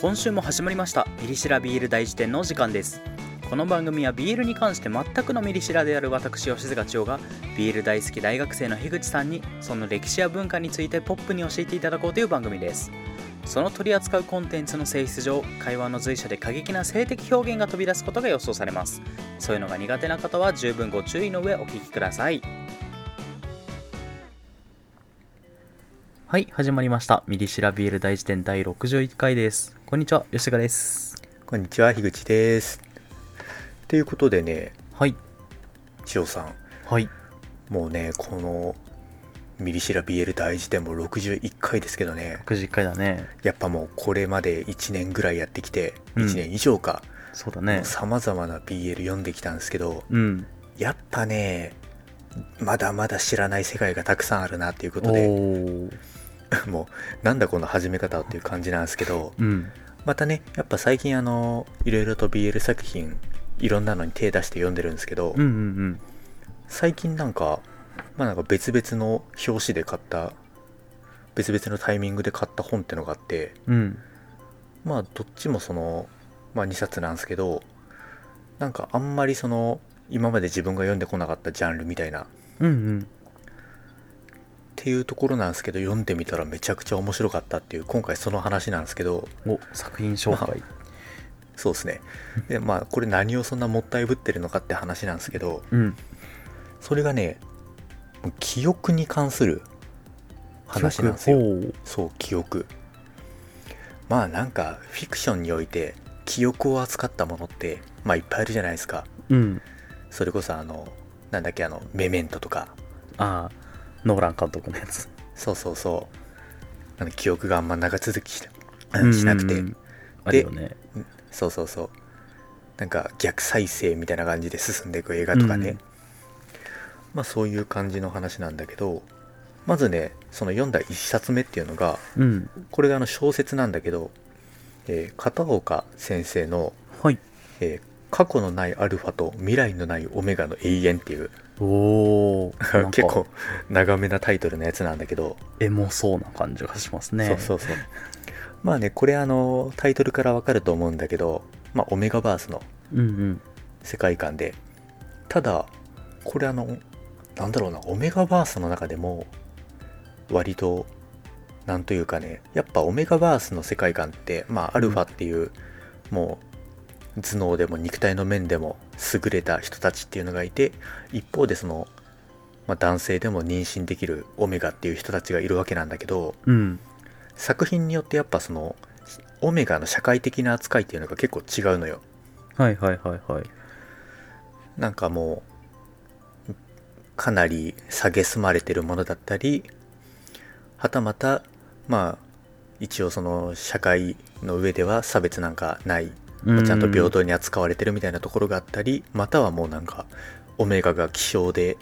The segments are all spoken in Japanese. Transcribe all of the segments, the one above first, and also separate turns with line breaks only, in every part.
今週も始まりましたミリシラビール大辞典のお時間ですこの番組はビールに関して全くのミリシラである私吉塚千代がビール大好き大学生の樋口さんにその歴史や文化についてポップに教えていただこうという番組ですその取り扱うコンテンツの性質上会話の随所で過激な性的表現が飛び出すことが予想されますそういうのが苦手な方は十分ご注意の上お聞きくださいはい始まりましたミリシラビール大辞典第61回ですこんにちは吉高です
こんにちは、樋口です。ということでね、
はい
千代さん、
はい
もうね、このミリシラ BL 大辞典も61回ですけどね、
60回だね
やっぱもうこれまで1年ぐらいやってきて、
うん
1年以上か、
そうだね
さまざまな BL 読んできたんですけど、
うん
やっぱね、まだまだ知らない世界がたくさんあるなっていうこ
お
とで、
ー
もう、なんだこの始め方はっていう感じなんですけど、
うん
またね、やっぱ最近、あの、いろいろと BL 作品、いろんなのに手出して読んでるんですけど、
うんうん
最近なんか,、まあ、なんか別々の表紙で買った別々のタイミングで買った本ってのがあって
うんうん
まあどっちもその、まあ、2冊なんですけどなんかあんまりその今まで自分が読んでこなかったジャンルみたいなっ
うんうん
ていうところなんですけど読んでみたらめちゃくちゃ面白かったっていう今回その話なんですけど
お作品紹介、
そうですねでまあこれ何をそんなもったいぶってるのかって話なんですけど
うん
それがね記憶に関する話なんですよ
記憶ほ
そう記憶まあなんかフィクションにおいて記憶を扱ったものってまあいっぱいあるじゃないですか
ううん
それこそあのなんだっけあのメメントとか
ああノーラン監督のやつ
そうそうそうあの記憶があんま長続きししなくて、
うんうんうんあるよね
そうそうそうなんか逆再生みたいな感じで進んでいく映画とかね、
うん
まあそういう感じの話なんだけどまずねその読んだ1冊目っていうのが
うん
これがあの小説なんだけど、えー片岡先生の
はい
えー過去のないアルファと未来のないオメガの永遠っていう
おお
結構長めなタイトルのやつなんだけど、
エモそうな感じがしますね
そうそうそうまあねこれあのタイトルからわかると思うんだけど、まあ、オメガバースの
ううんうん
世界観でただこれあのなんだろうなオメガバースの中でも割となんというかねやっぱオメガバースの世界観ってまあアルファっていう、もう頭脳でも肉体の面でも優れた人たちっていうのがいて一方でその、まあ、男性でも妊娠できるオメガっていう人たちがいるわけなんだけど
うん
作品によってやっぱそのオメガの社会的な扱いっていうのが結構違うのよ。
はいはいはいはい
なんかもうかなり蔑まれてるものだったりはたまたまあ一応その社会の上では差別なんかないちゃんと平等に扱われてるみたいなところがあったりまたはもうなんかオメガが希少で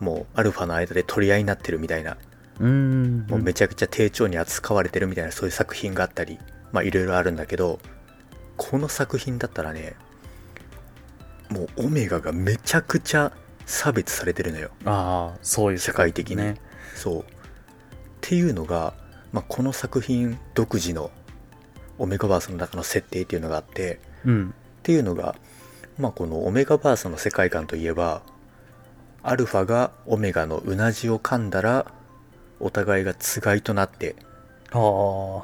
もうアルファの間で取り合いになってるみたいな
うん
もうめちゃくちゃ丁重に扱われてるみたいなそういう作品があったりまあいろいろあるんだけどこの作品だったらねもうオメガがめちゃくちゃ差別されてるのよ
ああそういう
社会的に、
ね
そうっていうのが、まあ、この作品独自のオメガバースの中の設定っていうのがあって
うん
っていうのが、まあ、このオメガバースの世界観といえばアルファがオメガのうなじを噛んだらお互いがつがいとなって
ああ
っ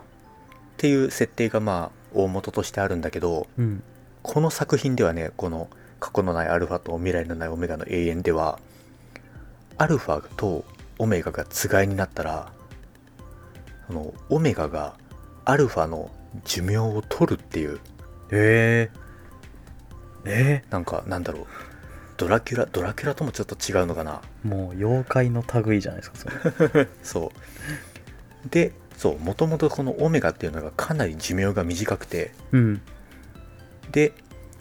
ていう設定がまあ大元としてあるんだけど
うん
この作品ではねこの過去のないアルファと未来のないオメガの永遠ではアルファとオメガがつがいになったらそのオメガがアルファの寿命を取るっていう
えええ
なんかなんだろうドラキュラドラキュラともちょっと違うのかな
えもう妖怪の類じゃないですかそれ
そうでそうもともとこのオメガっていうのがかなり寿命が短くて
うん
で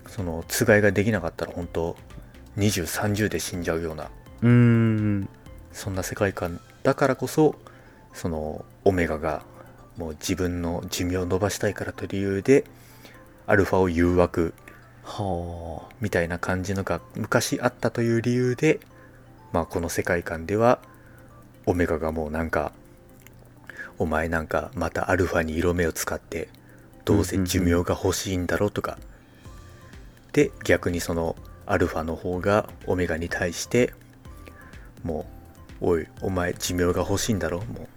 そのつがいができなかったら本当2030で死んじゃうような
うーん
そんな世界観だからこそそのオメガがもう自分の寿命を伸ばしたいからという理由でアルファを誘惑
は
みたいな感じのが昔あったという理由で、まあ、この世界観ではオメガがもうなんかお前なんかまたアルファに色目を使ってどうせ寿命が欲しいんだろうとか、で逆にそのアルファの方がオメガに対してもうおいお前寿命が欲しいんだろもう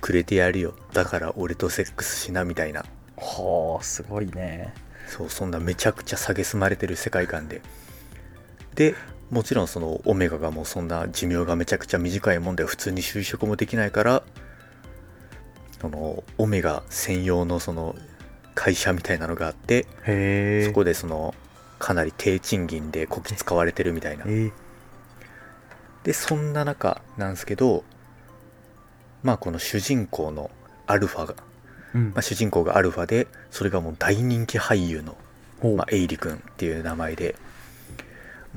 くれてやるよだから俺とセックスしなみたいな
はあすごいね
そうそんなめちゃくちゃ蔑まれてる世界観ででもちろんそのオメガがもうそんな寿命がめちゃくちゃ短いもんで普通に就職もできないからそのオメガ専用のその会社みたいなのがあって
へ
そこでそのかなり低賃金でこき使われてるみたいな
え
でそんな中なんですけどまあこの主人公のアルファが、
うん
まあ、主人公がアルファでそれがもう大人気俳優の
ほう
まあ、エイリ君っていう名前で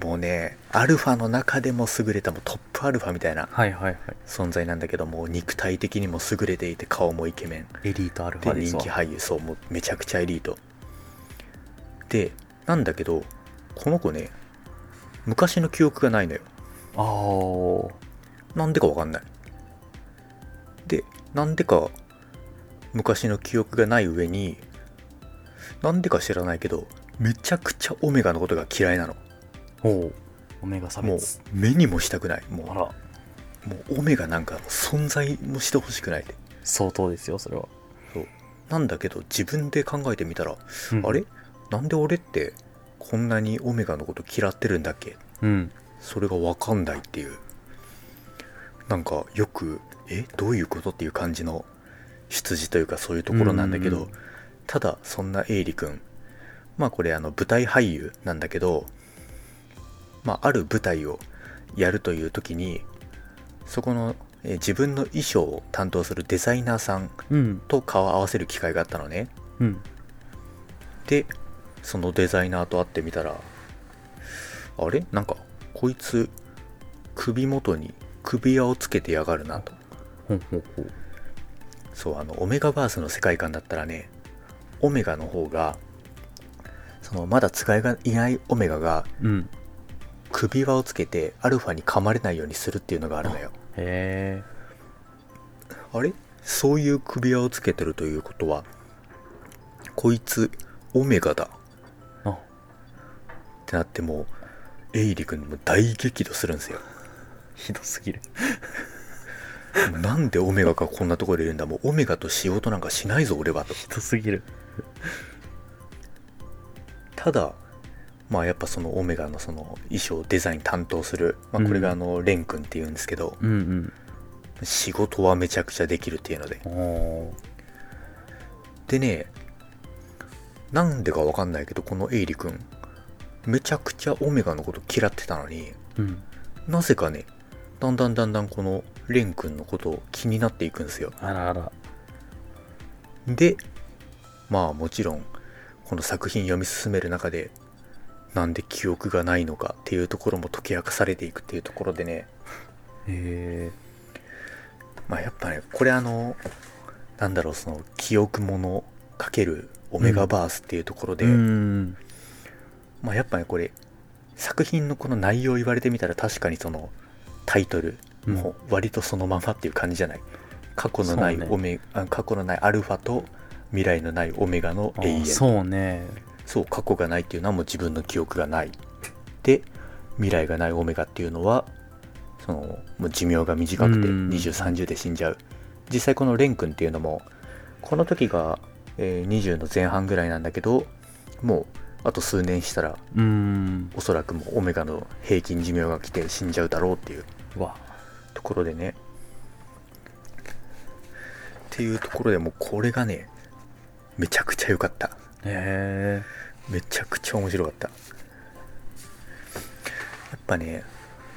もうねアルファの中でも優れたもうトップアルファみたいな
はいはいは
存在なんだけどもう肉体的にも優れていて顔もイケメン
いエリートアルフ
で
ァです
人
わ
気俳優そうもうめちゃくちゃエリートでなんだけどこの子ね昔の記憶がないのよ
あー
なんでかわかんないでなんでか昔の記憶がない上になんでか知らないけどめちゃくちゃオメガのことが嫌いなの
ほうオメガ差
もう
別
目にもしたくない
あ
も
ら
うもうオメガなんか存在もしてほしくないって
相当ですよそれは、
なんだけど自分で考えてみたら、
うん
あれなんで俺ってこんなにオメガのこと嫌ってるんだっけ
うん
それが分かんないっていうなんかよくえどういうことっていう感じの出自というかそういうところなんだけど、
うんうん
ただそんなエイリ君まあこれあの舞台俳優なんだけど、まあ、ある舞台をやるという時にそこのえー自分の衣装を担当するデザイナーさん
うん
と顔を合わせる機会があったのね
うん
でそのデザイナーと会ってみたらあれなんかこいつ首元に首輪をつけてやがるなと
ほうほうほう
そうあのオメガバースの世界観だったらねオメガの方がそのまだ使いがいないオメガが
うん
首輪をつけてアルファに噛まれないようにするっていうのがあるのよ
へえ
あれそういう首輪をつけてるということはこいつオメガだ
あ
ってなってもうエイリ君も大激怒するんですよ
ひどすぎる
なんでオメガがこんなところでいるんだもうオメガと仕事なんかしないぞ俺はと
ひどすぎる
ただまあやっぱそのオメガのその衣装デザイン担当する、まあ、これがあのレン君っていうんですけど、
うん
仕事はめちゃくちゃできるっていうので
うんおー
でねなんでかわかんないけどこのエイリ君めちゃくちゃオメガのこと嫌ってたのに
うん
なぜかねだんだんだんだんこのレン君のことを気になっていくんですよ
あらあら
でまあもちろんこの作品読み進める中でなんで記憶がないのかっていうところも解き明かされていくっていうところでね
へえ
まあやっぱねこれあのなんだろうその記憶ものかけるオメガバースっていうところで、
うん
まあやっぱねこれ作品のこの内容を言われてみたら確かにそのタイトル
うん
もう割とそのままっていう感じじゃない、過去のない
そうね
オメ、あ過去のないアルファと未来のないオメガの
あ
永遠
ーそうね
そう過去がないっていうのはもう自分の記憶がないで未来がないオメガっていうのはそのもう寿命が短くて
うん
2030で死んじゃう実際このレン君っていうのもこの時が、えー20の前半ぐらいなんだけどもうあと数年したら
うん
おそらくもうオメガの平均寿命が来て死んじゃうだろうっていう
わ
ところでねっていうところでもうこれがねめちゃくちゃ良かった
へえ
めちゃくちゃ面白かったやっぱね、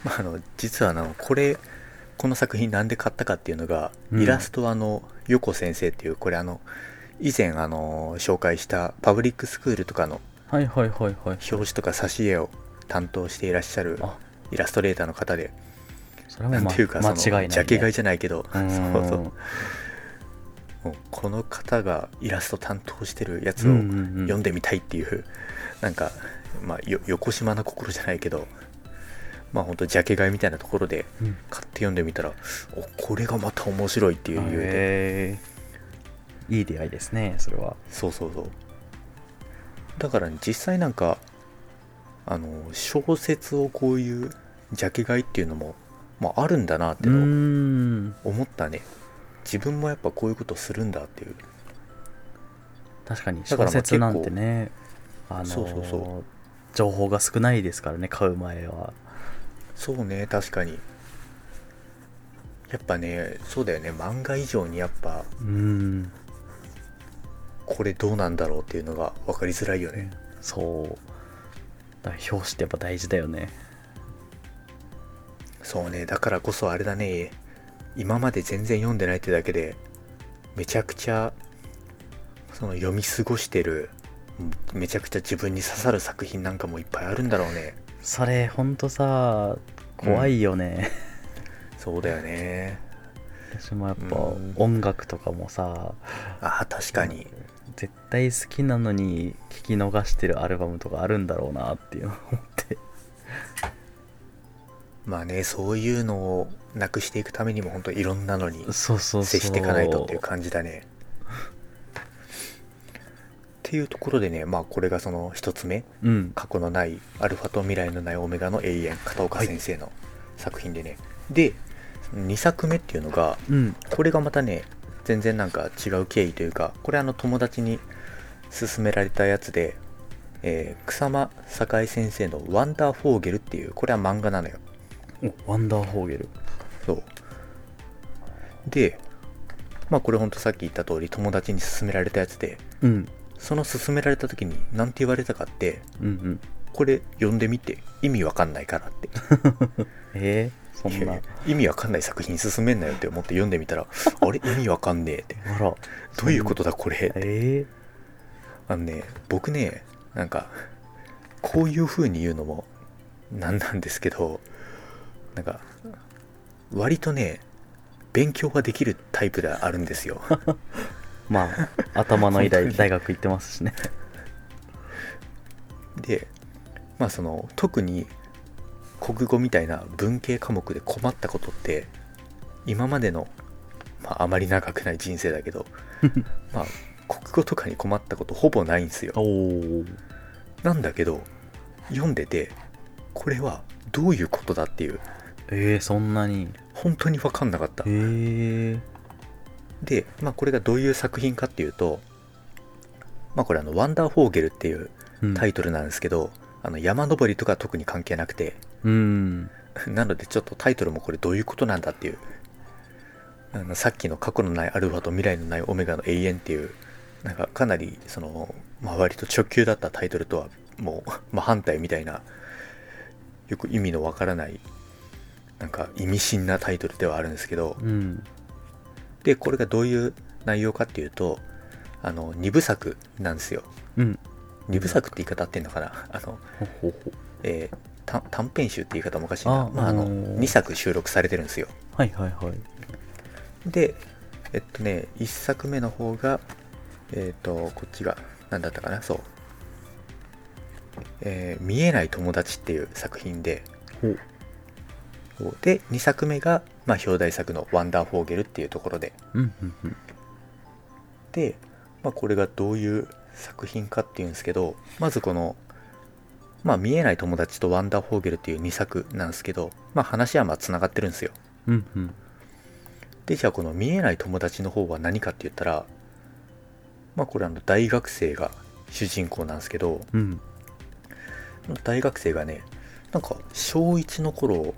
まあ、あの実はあのこれこの作品なんで買ったかっていうのが、
うん
イラストはあの横先生っていうこれあの以前あの紹介したパブリックスクールとかの
はいはいはいはい
表紙とか挿絵を担当していらっしゃる
あ
イラストレーターの方で
それはも
な
う、
ん
ま、
ていうか
間
そ
違
の
いない、ね、
ジャケ買いじゃないけど
うん
そうそうもうこの方がイラスト担当してるやつ
う
を
んうんうん
読んでみたいっていう、なんか、まあ、よ横島な心じゃないけどまあほんとジャケ買いみたいなところで
うん
買って読んでみたらおこれがまた面白いっていう理由で
へ
いい出会いですねそれは
そうそうそうだから、ね、実際なんかあの小説をこういうジャケ買いっていうのも、まあ、あるんだなって
う
のを
ーん
思ったね自分もやっぱこういうことするんだっていう
確かに
だからま
小
あ
説なんてねあの
そうそうそ
情報が少ないですからね買う前は
そうね確かにやっぱねそうだよね漫画以上にやっぱ
うーん
これどうなんだろうっていうのが分かりづらいよね
そうだから表紙ってやっぱ大事だよね
そうねだからこそあれだね今まで全然読んでないってだけでめちゃくちゃその読み過ごしてるめちゃくちゃ自分に刺さる作品なんかもいっぱいあるんだろうね
それほんとさ怖いよね、
そうだよね
私もやっぱ
うん
音楽とかもさ
ああ確かに
絶対好きなのに聞き逃してるアルバムとかあるんだろうなっていうのを思って
まあねそういうのをなくしていくためにも本当いろんなのに
そうそうそう
接していかないとっていう感じだね。っていうところでね、まあ、これがその一つ目
うん
過去のないアルファと未来のないオメガの永遠片岡先生の作品でね、で2作目っていうのが
うん
これがまたね全然なんか違う経緯というかこれあの友達に勧められたやつで、えー草間栄先生の「ワンダーフォーゲル」っていうこれは漫画なのよ
おワンダーフォーゲル
そうでまあこれほんとさっき言った通り友達に勧められたやつで
うん
その勧められた時に何て言われたかって
うんうん
これ読んでみて意味わかんないからって
えー、そ
いや
ん
い
な
や 意味わかんない作品進めんなよって思って読んでみ たらあれ意味わかんねえって
あら
どういうことだこれって
えー、
あのね僕ねなんかこういう風に言うのもなんなんですけどなんか割とね勉強ができるタイプではあるんですよ
まあ頭のいい
本 当
大
に
大学行ってますしね
でまあその特に国語みたいな文系科目で困ったことって今までの、まあ、あまり長くない人生だけ どまあ国語とかに困ったことほぼないんですよ
おお
なんだけど読んでてこれはどういうことだっていう
えー、そんなに
本当に分かんなかった
えー、
で、まあ、これがどういう作品かっていうと、まあ、これあの「ワンダーフォーゲル」っていう
うん
タイトルなんですけど、あの山登りとか特に関係なくて
うん
なのでちょっとタイトルもこれどういうことなんだっていうあのさっきの過去のないアルファと未来のないオメガの永遠っていうなんかかなりその、まあ、割と直球だったタイトルとはもう 真反対みたいなよく意味のわからないなんか意味深なタイトルではあるんですけど
うん
でこれがどういう内容かっていうとあの2部作なんですよ
うん
2部作って言い方合ってんのかなあの、
ほほほ
えー短短編集って言い方もおかしいな
あ
まあ、あの
あのー
2作収録されてるんですよ
はいはいはい
でえっとね1作目の方がえっ、とこっちが何だったかなそう、えー見えない友達」っていう作品で
ほう
で2作目が、まあ、表題作の「ワンダーフォーゲル」っていうところで
うんうんうん
で、まあ、これがどういう作品かっていうんですけどまずこの「まあ、見えない友達」と「ワンダーフォーゲル」っていう2作なんですけど、まあ、話はまあつながってるんですよ
うんうん
でじゃあこの見えない友達の方は何かって言ったらまあこれあの大学生が主人公なんですけど
うん
大学生がねなんか小1の頃も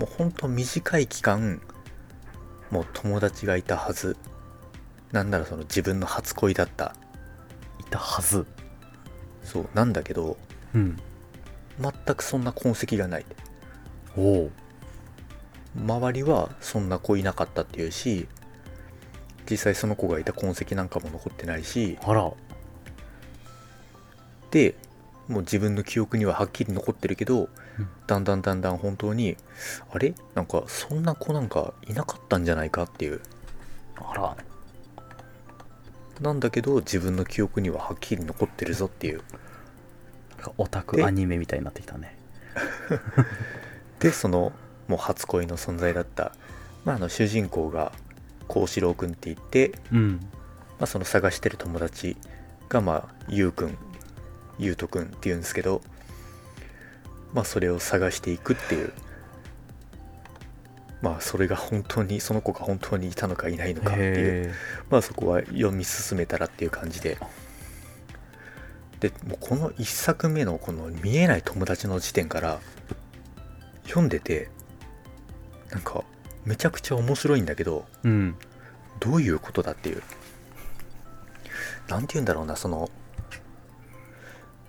うほんと短い期間もう友達がいたはずなんならその自分の初恋だった
いたはず
そうなんだけど
うん
全くそんな痕跡がない
おお
周りはそんな子いなかったっていうし実際その子がいた痕跡なんかも残ってないし
あら
でもう自分の記憶にははっきり残ってるけど、
うん
だんだんだんだん本当にあれなんかそんな子なんかいなかったんじゃないかっていう
あら
なんだけど自分の記憶にははっきり残ってるぞっていう
なんかオタク
で
アニメみたいになってきたね
でそのもう初恋の存在だった、まあ、あの主人公が幸四郎君って言って
うん
あ、その探してる友達がまあゆうくんゆうとくんっていうんですけどまあそれを探していくっていうまあそれが本当にその子が本当にいたのかいないのかっていう
へ
まあそこは読み進めたらっていう感じで。でもうこの1作目のこの「見えない友達」の時点から読んでてなんかめちゃくちゃ面白いんだけど
えうん
どういうことだっていう何て言うんだろうなその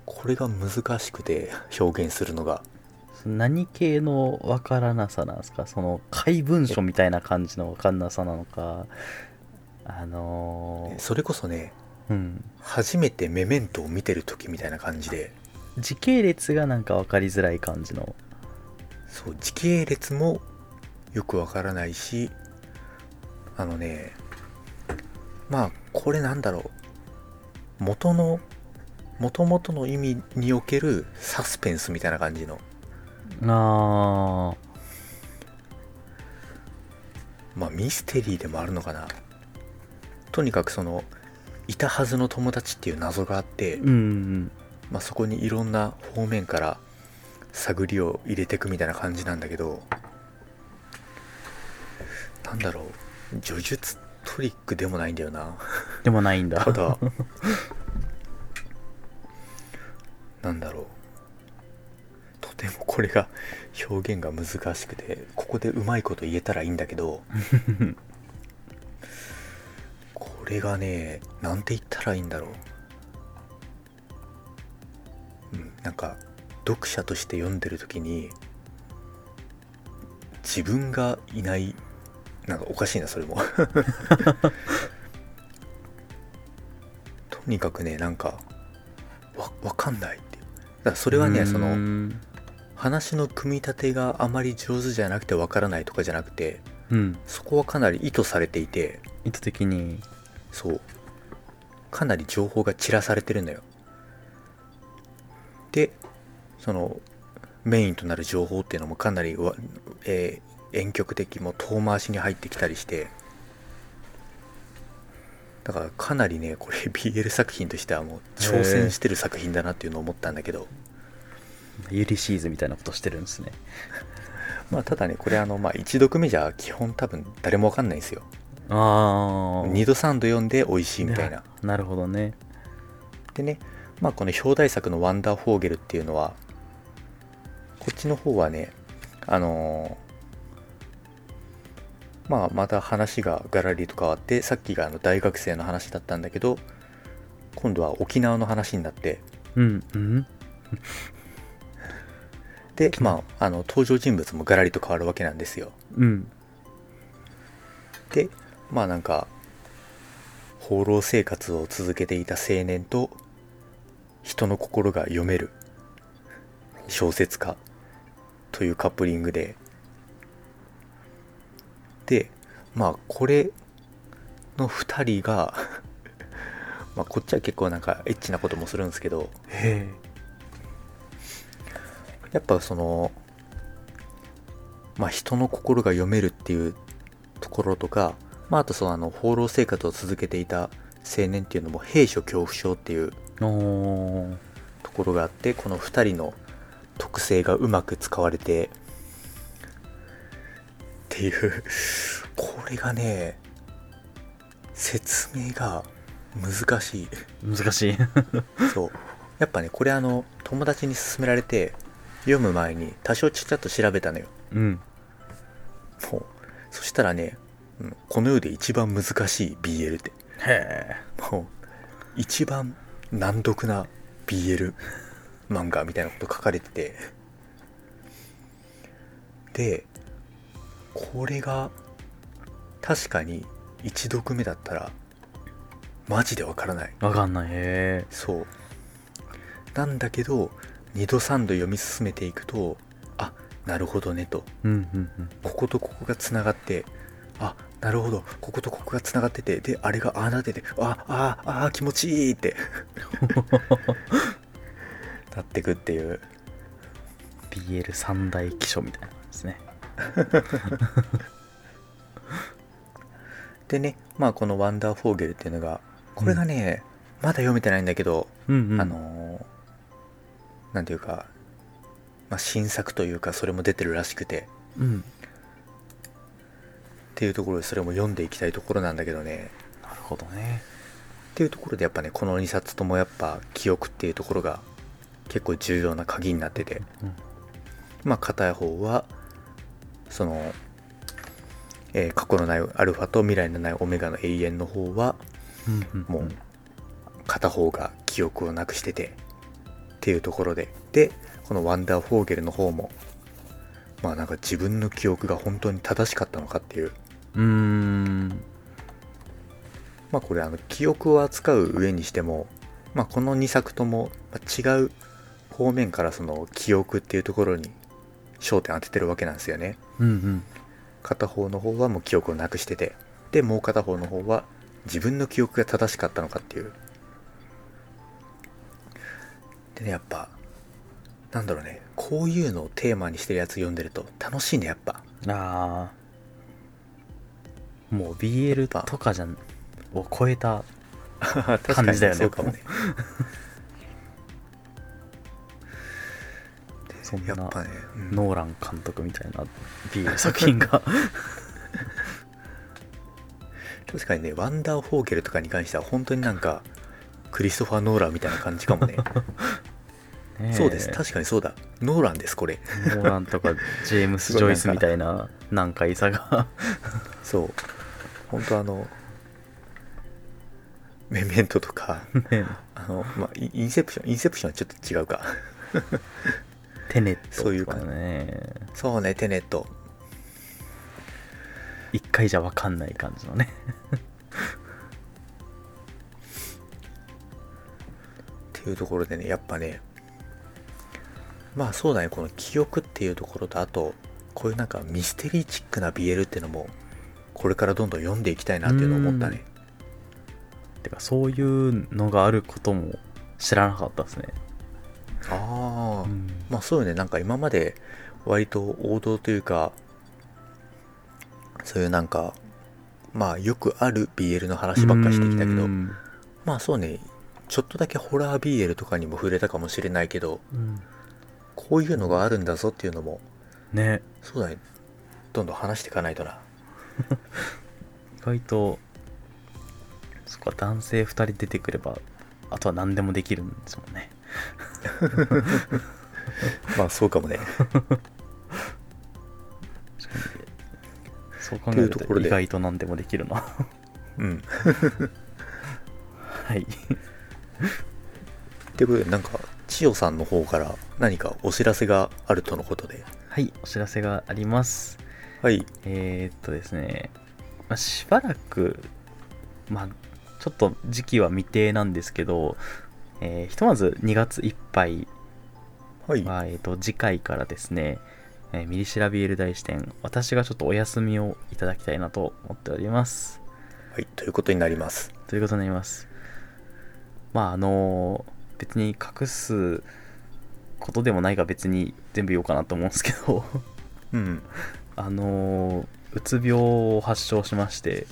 これが難しくて表現するのが
何系のわからなさなんですかその怪文書みたいな感じのわかんなさなのかあのー
それこそね
うん、
初めてメメントを見てる時みたいな感じで
時系列がなんか分かりづらい感じの
そう時系列もよくわからないしあのねまあこれなんだろう元の元々の意味におけるサスペンスみたいな感じの
あ
まあミステリーでもあるのかなとにかくそのいたはずの友達っていう謎があって、
ーうん
まあ、そこにいろんな方面から探りを入れていくみたいな感じなんだけどなんだろう呪術トリックでもないんだよな
でもないんだ
ただ なんだろうとてもこれが表現が難しくてここでうまいこと言えたらいいんだけ どこれがねなんて言ったらいいんだろう、うん、なんか読者として読んでる時に自分がいないなんかおかしいなそれもとにかくねなんかわわかんないっていうだからそ
そ
れはねその話の組み立てがあまり上手じゃなくてわからないとかじゃなくて
うん
そこはかなり意図されていて
意図的に
そうかなり情報が散らされてるのよでそのメインとなる情報っていうのもかなりわ、えー遠曲的もう遠回しに入ってきたりしてだからかなりねこれ BL 作品としてはもう挑戦してる作品だなっていうのを思ったんだけど
ユリシーズみたいなことしてるんですね
まあただねこれあのまあ1読目じゃ基本多分誰もわかんないんですよ
ああ
2度3度読んで美味しいみたいな
なるほどね
でね、まあ、この表題作の「ワンダーフォーゲル」っていうのはこっちの方はねあのーまあまた話がガラリと変わってさっきがあの大学生の話だったんだけど今度は沖縄の話になって
うんうん
で、まあ、あの登場人物もガラリと変わるわけなんですよ
うん
でまあなんか放浪生活を続けていた青年と人の心が読める小説家というカップリングででまあこれの2人が まあこっちは結構なんかエッチなこともするんですけど
へえ
やっぱそのまあ人の心が読めるっていうところとか、まあ、あとそのあの放浪生活を続けていた青年っていうのも兵所恐怖症っていう
おお
ところがあってこの2人の特性がうまく使われてっていうこれがね説明が難しい
難しい
そうやっぱねこれあの友達に勧められて読む前に多少ちっちゃっと調べたのよ
うん
もうそしたらね、うんこの世で一番難しい BL って
へえ
もう一番難読な BL 漫画みたいなこと書かれててでこれが確かに1読目だったらマジでわからない
わかんないへ
そうなんだけど2度3度読み進めていくとあなるほどねと
えうんうんうん
こことここがつながってあなるほどこことここがつながっててであれがああなっててああああ気持ちいいって なってくっていう
BL 三大記書みたいな感じですね
でねまあこの「ワンダーフォーゲル」っていうのがこれがね、まだ読めてないんだけど、
うんうん
あのーなんていうか、まあ、新作というかそれも出てるらしくて
うん
っていうところでそれも読んでいきたいところなんだけどね
なるほどね
っていうところでやっぱねこの2冊ともやっぱ記憶っていうところが結構重要な鍵になってて、
うん
まあ片方はその、えー過去のないアルファと未来のないオメガの永遠の方は
うんうん
もう片方が記憶をなくしててっていうところででこのワンダーフォーゲルの方もまあなんか自分の記憶が本当に正しかったのかっていう
うーん
まあこれあの記憶を扱う上にしても、まあ、この2作ともまあ違う方面からその記憶っていうところに焦点当ててるわけなんですよね
うんうん
片方の方はもう記憶をなくしててでもう片方の方は自分の記憶が正しかったのかっていうでねやっぱなんだろうねこういうのをテーマにしてるやつ読んでると楽しいねやっぱ
ああもう BL とかじゃんを超えた
確
感じだよね
そうかもね
そん
や
な
っぱね、うん
ノーラン監督みたいな BL 作品 が
確かにね「ワンダーフォーゲル」とかに関しては本当になんかクリストファー・ノーランみたいな感じかも ね
ねえ
そうです確かにそうだノーランですこれ
ノーランとかジェームス・ジョイスみたいな難解さ が
そう本当あの「メメント」とか
ね
あの、まあ、インインセプションインセプションはちょっと違うか
テネッ
そうい
ト
う
とか
感
ね
そうねテネット
一回じゃ分かんない感じのね
っていうところでねやっぱねまあそうだねこの記憶っていうところとあとこういうなんかミステリーチックな BL っていうのもこれからどんどん読んでいきたいなっていうのを思ったね
てかそういうのがあることも知らなかったですね、
ああ、
うん
まあそうよねなんか今まで割と王道というかそういうなんかまあよくある BL の話ばっかしてきたけ
う
ど
ん
まあそうねちょっとだけホラー BL とかにも触れたかもしれないけど
うん
こういうのがあるんだぞっていうのも
ね
そうだねどんどん話していかないとな
意外とそっか男性2人出てくればあとは何でもできるんですもんね
まあそうかもね
そう考える
というと
と
ころで
意外と何でもできる な
うん
はい
ということでなんか千代さんの方から何かお知らせがあるとのことで
はいお知らせがあります
はい
えーっとですね、まあ、しばらく、まあ、ちょっと時期は未定なんですけど、えーひとまず2月いっぱい
はい
は、えーっと次回からですね、えーミリシラビエル大支店、私がちょっとお休みをいただきたいなと思っております。
はい、ということになります
ということになります。まあ、あのー別に隠すことでもないが別に全部言おうかなと思うんですけど、
うん
あのーうつ病を発症しまして、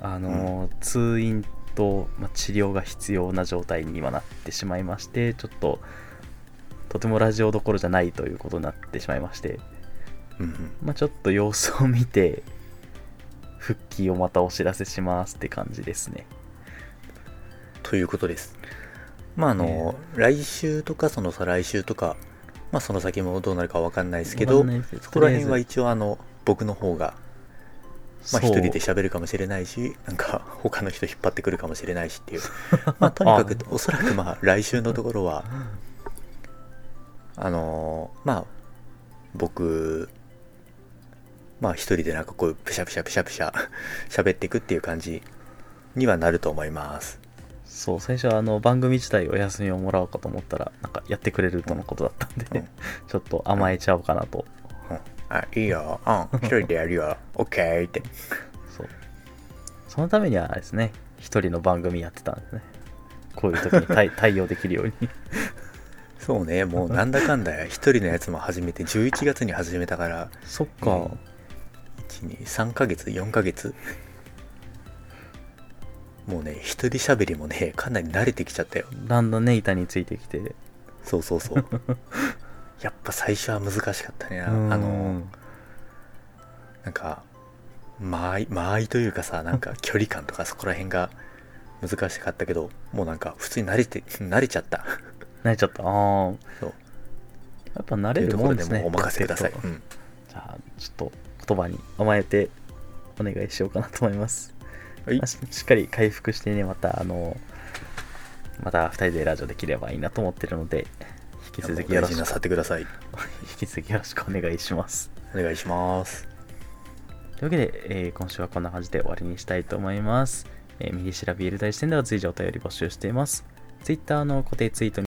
あのー通院と、まあ治療が必要な状態に今なってしまいましてちょっととてもラジオどころじゃないということになってしまいまして、
うんうん
まあ、ちょっと様子を見て復帰をまたお知らせしますって感じですね
ということです。まああの、来週とかその再来週とか、まあその先もどうなるかわかんないですけ
わ
ど、
かんないですけど
そこら
とりあえ
辺
ず
は一応あの僕の方が、まあ
そう
一人で喋るかもしれないし、なんか他の人引っ張ってくるかもしれないしっていう。 まあとにかくおそらくまあ来週のところは、あのーまあ僕まあ一人でなんかこうプシャプシャプシャプシャ 喋っていくっていう感じにはなると思います。
そう最初はあの番組自体お休みをもらおうかと思ったらなんかやってくれるとのことだったんで、
うん
ちょっと甘えちゃおうかなと
うんあ、いいよ。 うん。一人でやるよ。オッケーって。
そう。そのためにはあれですね、一人の番組やってたんですね。こういう時に対 対応できるように。
そうね。もうなんだかんだ一人のやつも始めて、11月に始めたから、
そっ
か1、2、3ヶ月、4ヶ月。もうね一人喋りもねかなり慣れてきちゃったよ
だんだんね板についてきて
そうそうそう やっぱ最初は難しかったねあ
うん
のなんか間合い間合いというかさなん か距離感とかそこら辺が難しかったけどもうなんか普通に慣れて慣れちゃった
慣れちゃったああ
そう
やっぱ慣
とい
れる
うとこ
も
ろ
んで
ですも
ね
うお任せください、うん、
じゃあちょっと言葉に甘えてお願いしようかなと思います
はい
まあししっかり回復してねまたあのまた2人でラジオできればいいなと思ってるので引き続きよ
大
ろ
事
し
に
く
なさってください
引き続きよろしくお願いします
お願いします
というわけで、えー今週はこんな感じで終わりにしたいと思います。えー、ミリシラビール大視点では随時お便り募集しています。Twitter の固定ツイート